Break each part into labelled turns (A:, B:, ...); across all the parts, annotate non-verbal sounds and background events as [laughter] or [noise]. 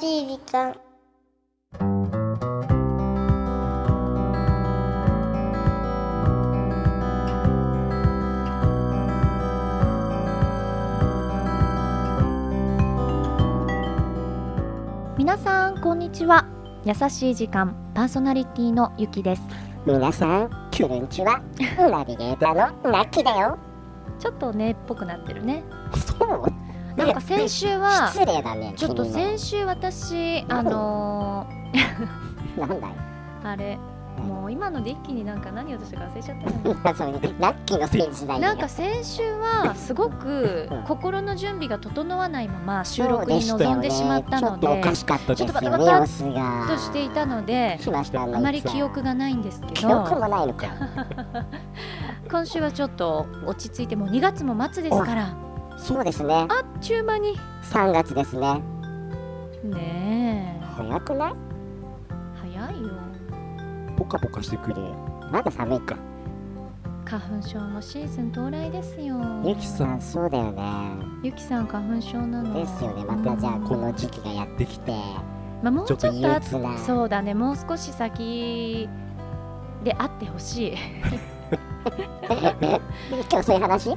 A: しい時間。
B: 皆さんこんにちは優しい時間パーソナリティのゆきです
C: 皆さん、こんにちは。ナビゲーターのラッキーだよ。
B: ちょっとねっぽくなってるね
C: そう
B: なんか先週は
C: 失礼だね。
B: ちょっと
C: 君の
B: 先週私あの
C: なん [laughs] だよ。
B: ー、あれもう今ので一気になんか何をしたか忘れちゃったよね
C: まあそういうラッキーのせい時代
B: なんか先週はすごく心の準備が整わないまま収録に臨んでしまったので
C: そうでしたよねちょっとおかしかったです
B: ちょ
C: よ
B: っと
C: ね、
B: バタバタ
C: 様子が。
B: としていたので
C: しました
B: あまり記。
C: んな
B: 憶がないんですけ
C: 記
B: ど
C: 憶もないの
B: [laughs]
C: か。
B: 今週はちょっと落ち着いてもう2月も末ですから
C: そうですね。
B: あっちゅう間に
C: 3月ですね。
B: ねえ
C: 早くない
B: 早いよ
D: ポカポカしてくる
C: まだ寒いか。
B: 花粉症のシーズン到来ですよ
C: ゆきさん、そうだよね。
B: ゆきさん花粉症なの
C: ですよね。またじゃあ、この時期がやってき [laughs] て、
B: まあ、もうち
D: ち
B: ょ
D: ょ
B: っ
D: っ
B: と
D: と
C: 憂
B: あ
C: 鬱な。
B: そうだねもう少し先であってほしい [laughs]
C: 今日そういう話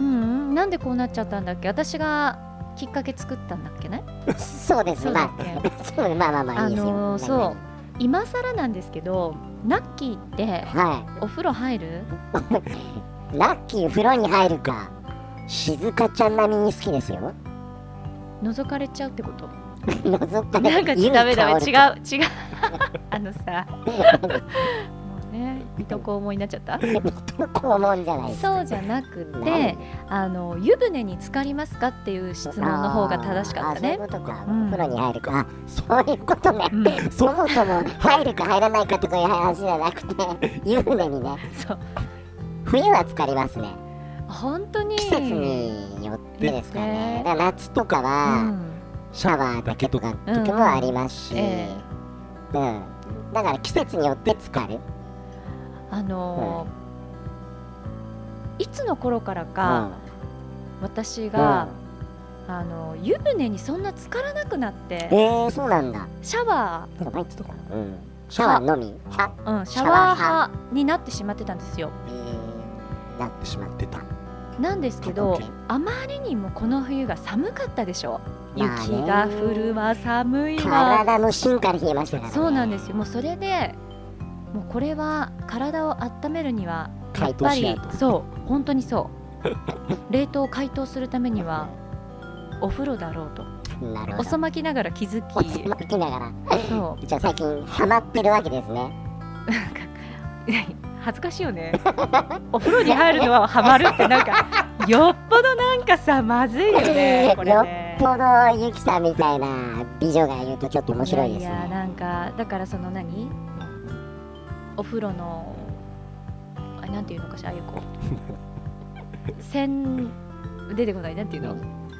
B: うん、うん、なんでこうなっちゃったんだっけ私がきっかけ作ったんだっけね
C: そうです。
B: そうだっ
C: ま
B: け
C: あ、 [laughs] そうねまあまあまあ、いいですよ。
B: あのーそう
C: はい
B: 今更なんですけどナッキーってお風呂入る
C: ラッキー風呂に入るか静香ちゃん並みに好きですよ [laughs]
B: 覗かれちゃうってこと
C: 覗かれ
B: なんか
C: ゆり
B: ダメダメ違う
C: か
B: 違う [laughs] あのさもう
C: [laughs]
B: ね水戸黄門になっちゃった
C: お [laughs] ると肛門じゃないですか
B: そうじゃなく
C: なん
B: てあの湯船に浸かりますかっていう質問の方が正しかった
C: あー
B: ね
C: そういうことか、
B: うん
C: お風呂に入るかあそういうことね、
B: うん
C: そもそも入るか入らないかとかいう話じゃなくて湯船にね
B: そう
C: 冬は浸かりますね
B: 本当に
C: 季節によってですかね、
B: うん
C: だから夏とか
B: う
C: は
B: ん
C: シャワーだけとか時もありますし、
B: うんえ
C: うん、だから季節によって浸かる
B: あのーいつの頃からか、私が、あの湯船にそんな浸からなくなっ
C: うん、
B: て
C: えー、そうなんだ
B: シャワ
C: なんか前言ってたかな、うん、シャワーのみあ
B: ー、うん、シャ
C: シャワ
B: ワー
C: ー派
B: 派になってしまってたんですよ
C: えー、なってしまう
D: 出た
B: なんですけ
C: 過
B: ど
C: 去形
B: あまりにもこの冬が寒かったでしょ雪
C: まあね
B: が降るわ寒いわ
C: 体の芯から冷えましたから、ね、
B: そうなんですよもうそれでもうこれは体を温めるにはやっ
C: 解凍
B: ぱ
C: しない
B: り
C: と
B: そう本当にそう冷凍解凍するためにはお風呂だろうと
C: なるほど
B: 遅まきながら気づ
C: おつ
B: き
C: まきながら
B: そ
C: [laughs] じゃあ最近ハマってるわけですね
B: うなんか恥ずかしいよねお風呂に入るのはハマるってなんかよっぽどなんかさまずいよ
C: [laughs]
B: ねこれね
C: ちょうどゆきさんみたいな美女が言うとちょっと面白いです
B: いやいや
C: ね
B: なんかだからその何お風呂のあなんていうのかしらああいうこ
C: [laughs]
B: う洗出てこないなんていうの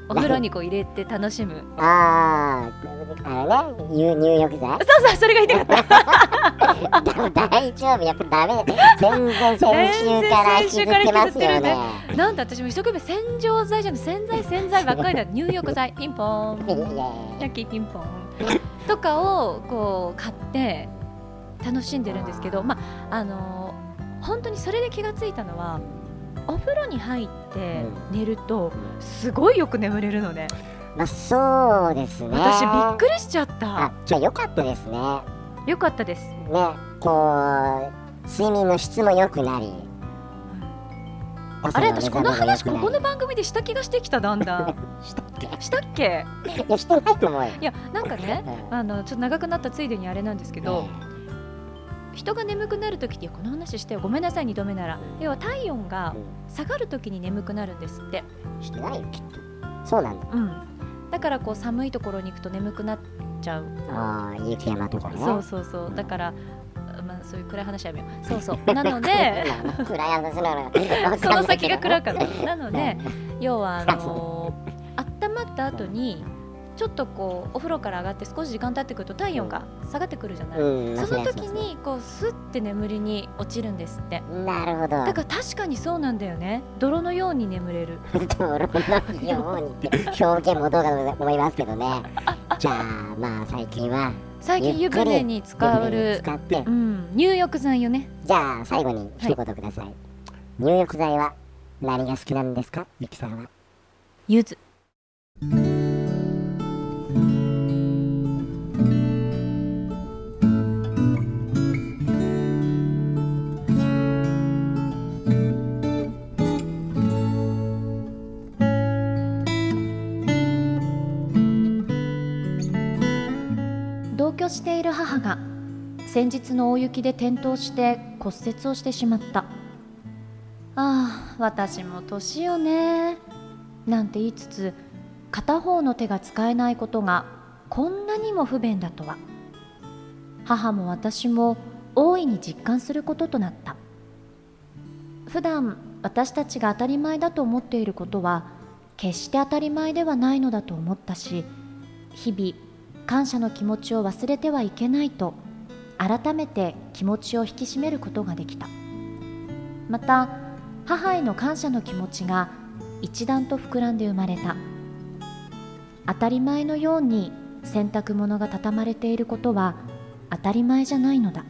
B: お風呂にこう入れて楽しむ
C: あーあれね入入浴剤
B: そうそうそれが言いたかっ
C: でも [laughs] 大丈夫やっぱダメ全然先週から気づってますよね [laughs]
B: たなんで私も一生懸命洗浄剤じゃなくて洗剤洗剤ばっ
C: [laughs]
B: かりだ入浴剤ピンポ
C: いやい
B: ーンラ
C: や
B: ッキーピン
C: [laughs]
B: ポーンとかをこう買って楽しんでるんですけどまああの本当にそれで気がついたのはお風呂に入って寝ると、すごいよく眠れるのね
C: まあそうですね
B: 私びっくりしちゃった
C: あじゃあよかったですね
B: よかったです
C: ねこう睡眠の質も良くなり
B: あ
C: 朝
B: れ
C: の
B: 私
C: 目
B: この
C: 覚めも良
B: 話
C: く
B: こ
C: な
B: こ
C: り
B: の番組でした気がしてきただんだ
C: [laughs]
B: んしたっけ
C: いやしてないと思うよ
B: いやなんかね
C: うん
B: あのちょっと長くなったついでにあれなんですけど、人が眠くなるときっていやこの話してよごめんなさい2度目なら要は体温が
C: う
B: 下がるときに眠くなるんですって、
C: んしてないよきっとそうなんだ
B: うん、だからこう寒いところに行くと眠くなっちゃう
C: ああ雪山とかね
B: そうそうそうだから、まあ、そういう暗い話はやめようそうそうなので
C: [laughs] 暗い話なのか
B: その先が暗
C: く
B: かった。なので、要はあのー温まった後にちょっとこうお風呂から上がって少し時間経ってくると体温が下がってくるじゃない、
C: うん、
B: その時
C: うそう
B: にこうスッて眠りに落ちるんですって
C: そうなるほど [laughs]
B: だから確かにそうなんだよね泥のように眠れる
C: 泥のようにって表現もどうかと思います
B: [laughs]
C: けどねじゃあまあ最近は
B: 最近
C: ゆ
B: 湯
C: っくり
B: 船に使
C: 湯船に
B: う、
C: 使って
B: うん、入浴剤よね
C: じゃあ最後に一言ください、入浴剤は何が好きなんですかゆきさんは
B: ゆず同居している母が先日の大雪で転倒して骨折をしてしまったああ私も年よねなんて言いつつ片方の手が使えないことがこんなにも不便だとは母も私も大いに実感することとなった普段私たちが当たり前だと思っていることは決して当たり前ではないのだと思ったし日々感謝の気持ちを忘れてはいけないと改めて気持ちを引き締めることができたまた母への感謝の気持ちが一段と膨らんで生まれた当たり前のように洗濯物が畳まれていることは当たり前じゃないのだ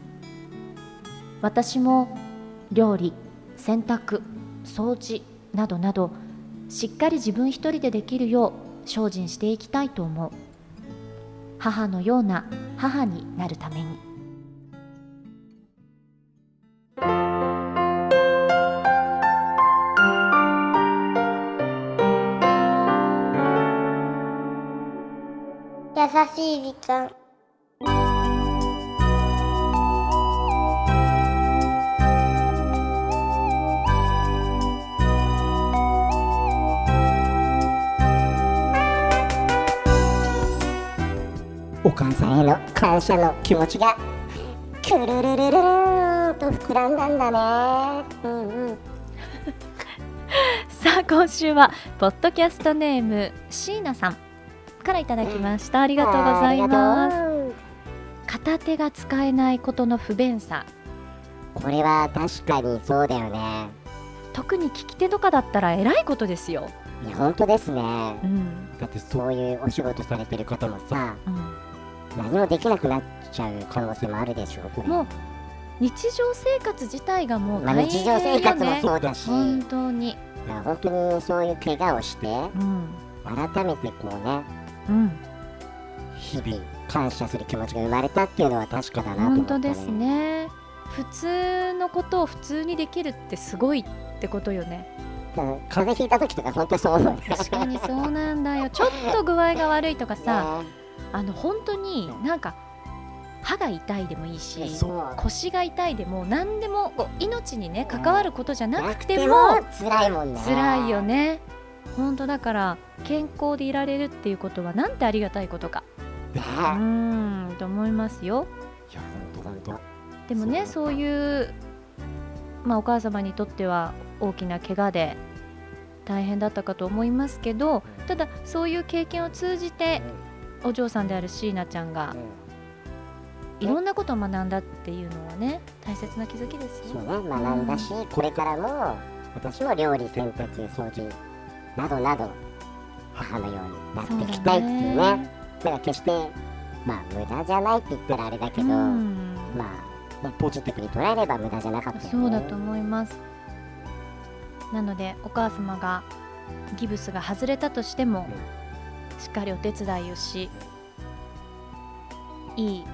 B: 私も料理洗濯掃除などなどしっかり自分一人でできるよう精進していきたいと思う母のような母になるために
A: 優しい時間
C: お母さんへの感謝の気持ちがくるるるるるーんと膨らんだんだねうんうん
B: さあ今週はポッドキャストネーム椎名さんからいただきましたあり
C: あ
B: がとうございます
C: す
B: 片手が使えないことの不便さ
C: これは確かにそうだよね
B: 特に聞き手とかだったらえらいことですよ、
C: いや本当ですね
B: うん
D: だってそ
C: そうういうお仕事されてる方もさ
B: うん
C: 何もできなくなっちゃう可能性もあるでしょうね
B: もう日常生活自体がもう
C: まあ
B: 大
C: 日
B: 変
C: 常生
B: よ
C: 活も
B: ね
C: そうだし、
B: 本当に
C: いや本当にそういう怪我をして
B: うん
C: 改めてこうね
B: うん
C: 日々感謝する気持ちが生まれたっていうのは確かだなと思
B: 本
C: った
B: 当
C: ね
B: ですね普通のことを普通にできるってすごいってことよね
C: うん風邪ひいた時とか本当そう思う
B: 確かにそうなんだよちょっと具合が悪いとかさ、 [laughs]
C: ね
B: あの本当になんか歯が痛いでもいいし
C: そう
B: 腰が痛いでも何でもこう命にね関わることじゃなくて
C: な
B: も
C: くても辛いもんね
B: 辛いよね本当だから健康でいられるっていうことはなんてありがたいことかう
C: ね
B: ーんと思いますよ
D: いや本当本当
B: でもねそういう、まあ、お母様にとっては大きな怪我で大変だったかと思いますけどただそういう経験を通じてお嬢さんである椎名ちゃんが
C: う
B: い
C: ん
B: ろんなことを学んだっていうのはね大切な気づきです
C: そ
B: よ。
C: うね学んだしこれからも私
D: 私は
C: も料理洗濯掃除などなど母のように
B: そうだ
C: なって
B: ね
C: いきたいっていうねだから決してまあ無駄じゃないって言ったらあれだけ
B: う
C: ど、
B: ん、
C: まあ、ね、ポジティブに捉えれば無駄じゃなかったよね。
B: そうだと思います。なのでお母様がギブスが外れたとしてもしっかりお手伝いをしいい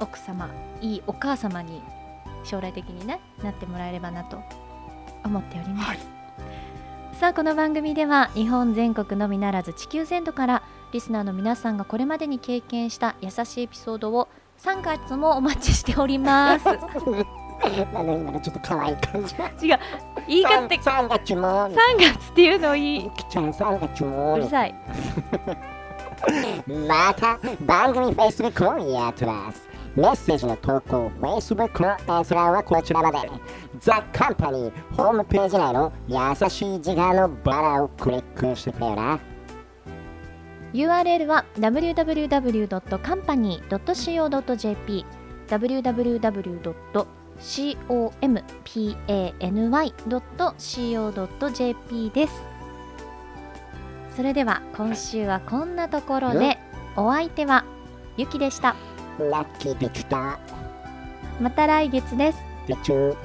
B: 奥様いいお母様に将来的にねなってもらえればなと思っております、さあこの番組では日本全国のみならず地球全土からリスナーの皆さんがこれまでに経験した優しいエピソードを3月もお待ちしております
C: [laughs] なのに今のちょっと可愛い感じが。
B: 違う言い方って3
C: 3月もー
B: 月っていうのいい
C: きちゃん3月も
B: う
C: ー
B: るさい
C: また番組 Facebook をやってますメッセージの投稿 Facebook の閲覧はこちらまでザ・カンパニーホームページ内の優しい時間のバラをクリックしてくれよな
B: URL は www.company.co.jp www.company.co.jp ですそれでは今週はこんなところでお相手はゆきでした
C: ラッキーできた。
B: また来月です
C: でちゅー。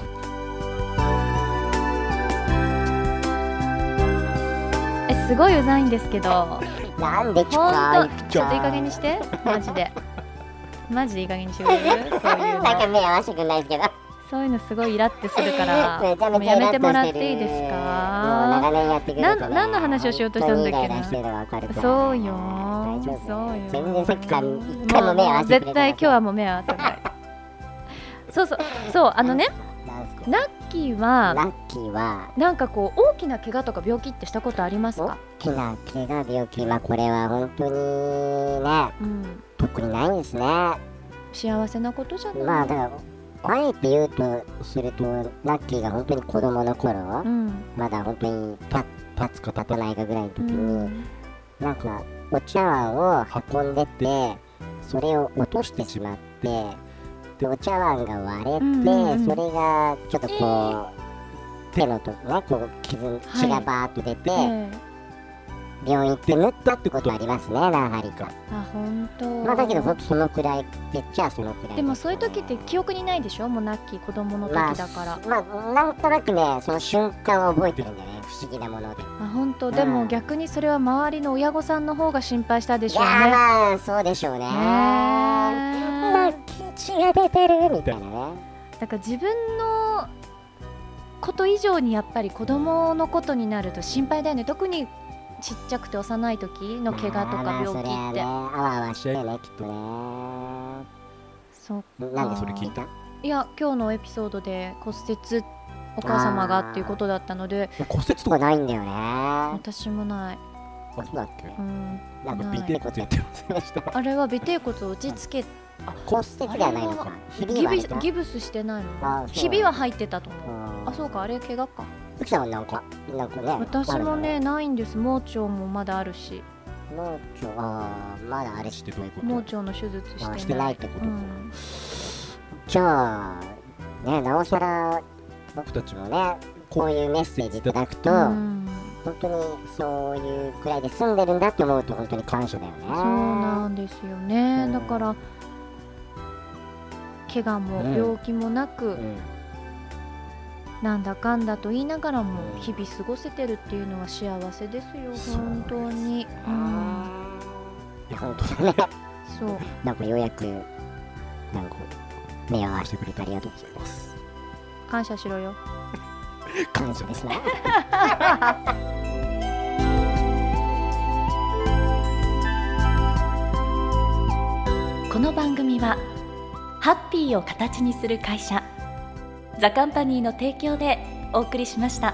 B: えすごいうざいんですけど
C: なんでちゅ
B: ほ
C: か
B: んと
C: い
B: ちょっといい加減にしてマジでマジでいい加減に [laughs] してくれるそういう
C: なん
B: の
C: か目合わせてくんないですけど。
B: そういうのすごいイラってするから
C: めちゃ
B: も
C: め
B: う
C: ち
B: や
C: ゃイラ
B: め
C: ッとしててる
B: もらっていいです
C: もう長
B: か
C: 年やってくるとね
B: なん何の話をしようとしたんだっけな
C: 本当にイライラしてるのがわかるから
B: そうよ
C: 大丈夫
B: そうよ
C: 全然さっきから一回
B: もう
C: も目合
B: も
C: わ
B: う
C: せてくれ
B: 絶対今日はもう目合わせ [laughs] ないそうそうそうあのねラッキー
C: ラ
B: は
C: ッキーは
B: なんかこう大きな怪我とか病気ってしたことあります
C: 大
B: か、
C: きな怪我病気はこれは本当にね
B: うん、
C: 特にないんですねま
B: 幸せなことじゃない、
C: あだからあえて言うとするとラッキーが本当に子供の頃
B: うん
C: まだ本当に立
D: 立つか立
C: た
D: たない
C: ないかぐらいの
B: う
C: 時に
B: ん、
C: なんかお茶碗を運んでてそれを落としてしまってでお茶碗が割れて、
B: うんうんうん
C: それがちょっとこう、手のとこねこう傷
B: い
C: 血がバーッと出て、
B: ええ
C: 病院行って塗ったってことありますね何針か。
B: あ本当
C: まあだけどほんとそのくらいってじゃあそのくらいすね、
B: でもそういう時って記憶にないでしょもうナッキー子供の時
C: まあ
B: だから、
C: まあなんとなくねその瞬間を覚えてるんだよね不思議なもので。
B: あ、本当
C: うん
B: でも逆にそれは周りの親御さんの方が心配したで
C: い
B: しょ
C: や
B: うね
C: ーまあそうでしょうね。
B: ね
C: あ血が出てるみたいなね。
B: えだから自分のこと以上にやっぱり子供のことになると心配だよね特にちっちゃくて幼い時の怪我とか病気って、
C: まあまあそりゃね、あわあわしてねきっとね
B: そう
C: なんでそれ聞いた
B: いや今日のエピソードで骨折お母様がっていうことだったので
D: 骨折と
C: とか
D: か
C: ないんだよねあ
B: 私もない、
C: そうだっけ
B: うん、
C: なんか
B: ない
C: ビテコって言ってませんでした
B: あれは尾てい骨を打ちつけ
C: 骨折ではないのかひび
B: ギ
C: は
B: ブ
C: ある
B: ス
C: か
B: ギブスしてないの
C: あそう
B: ひびは入ってたと思う
C: あ
B: あそうかあれ怪我か
C: うきさんはなんかなんかね
B: 私もね
C: ある
B: ないんです盲腸もまだあるし
C: のもうちょあーまだあれしてどういうこと
B: 盲腸の手術
C: あ
B: し
C: してて
B: な
C: ないいってこと
B: う
C: か
B: ん
C: じゃあねなおさら
D: 僕たち
C: の
D: も
C: ねこういうメッセージいただくと、
B: うん
C: 本当にそういうくらいで済んでるんだって思うと本当に感謝だよね
B: そうなんですよね
C: うん
B: だから怪我
C: う
B: も
C: ん
B: 病気もな
C: う
B: く
C: ん
B: なんだかんだと言いながらも
C: うん
B: 日々過ごせてるっていうのは幸せですよ
D: そう
B: 本当にうん
C: あーいや本当だね
B: そう
C: なんかようやくなんか目を合わせてくれてありがとう
D: ございます
B: 感謝しろよ
C: 感謝ですね
B: この番組はハッピーを形にする会社ザカンパニーの提供でお送りしました。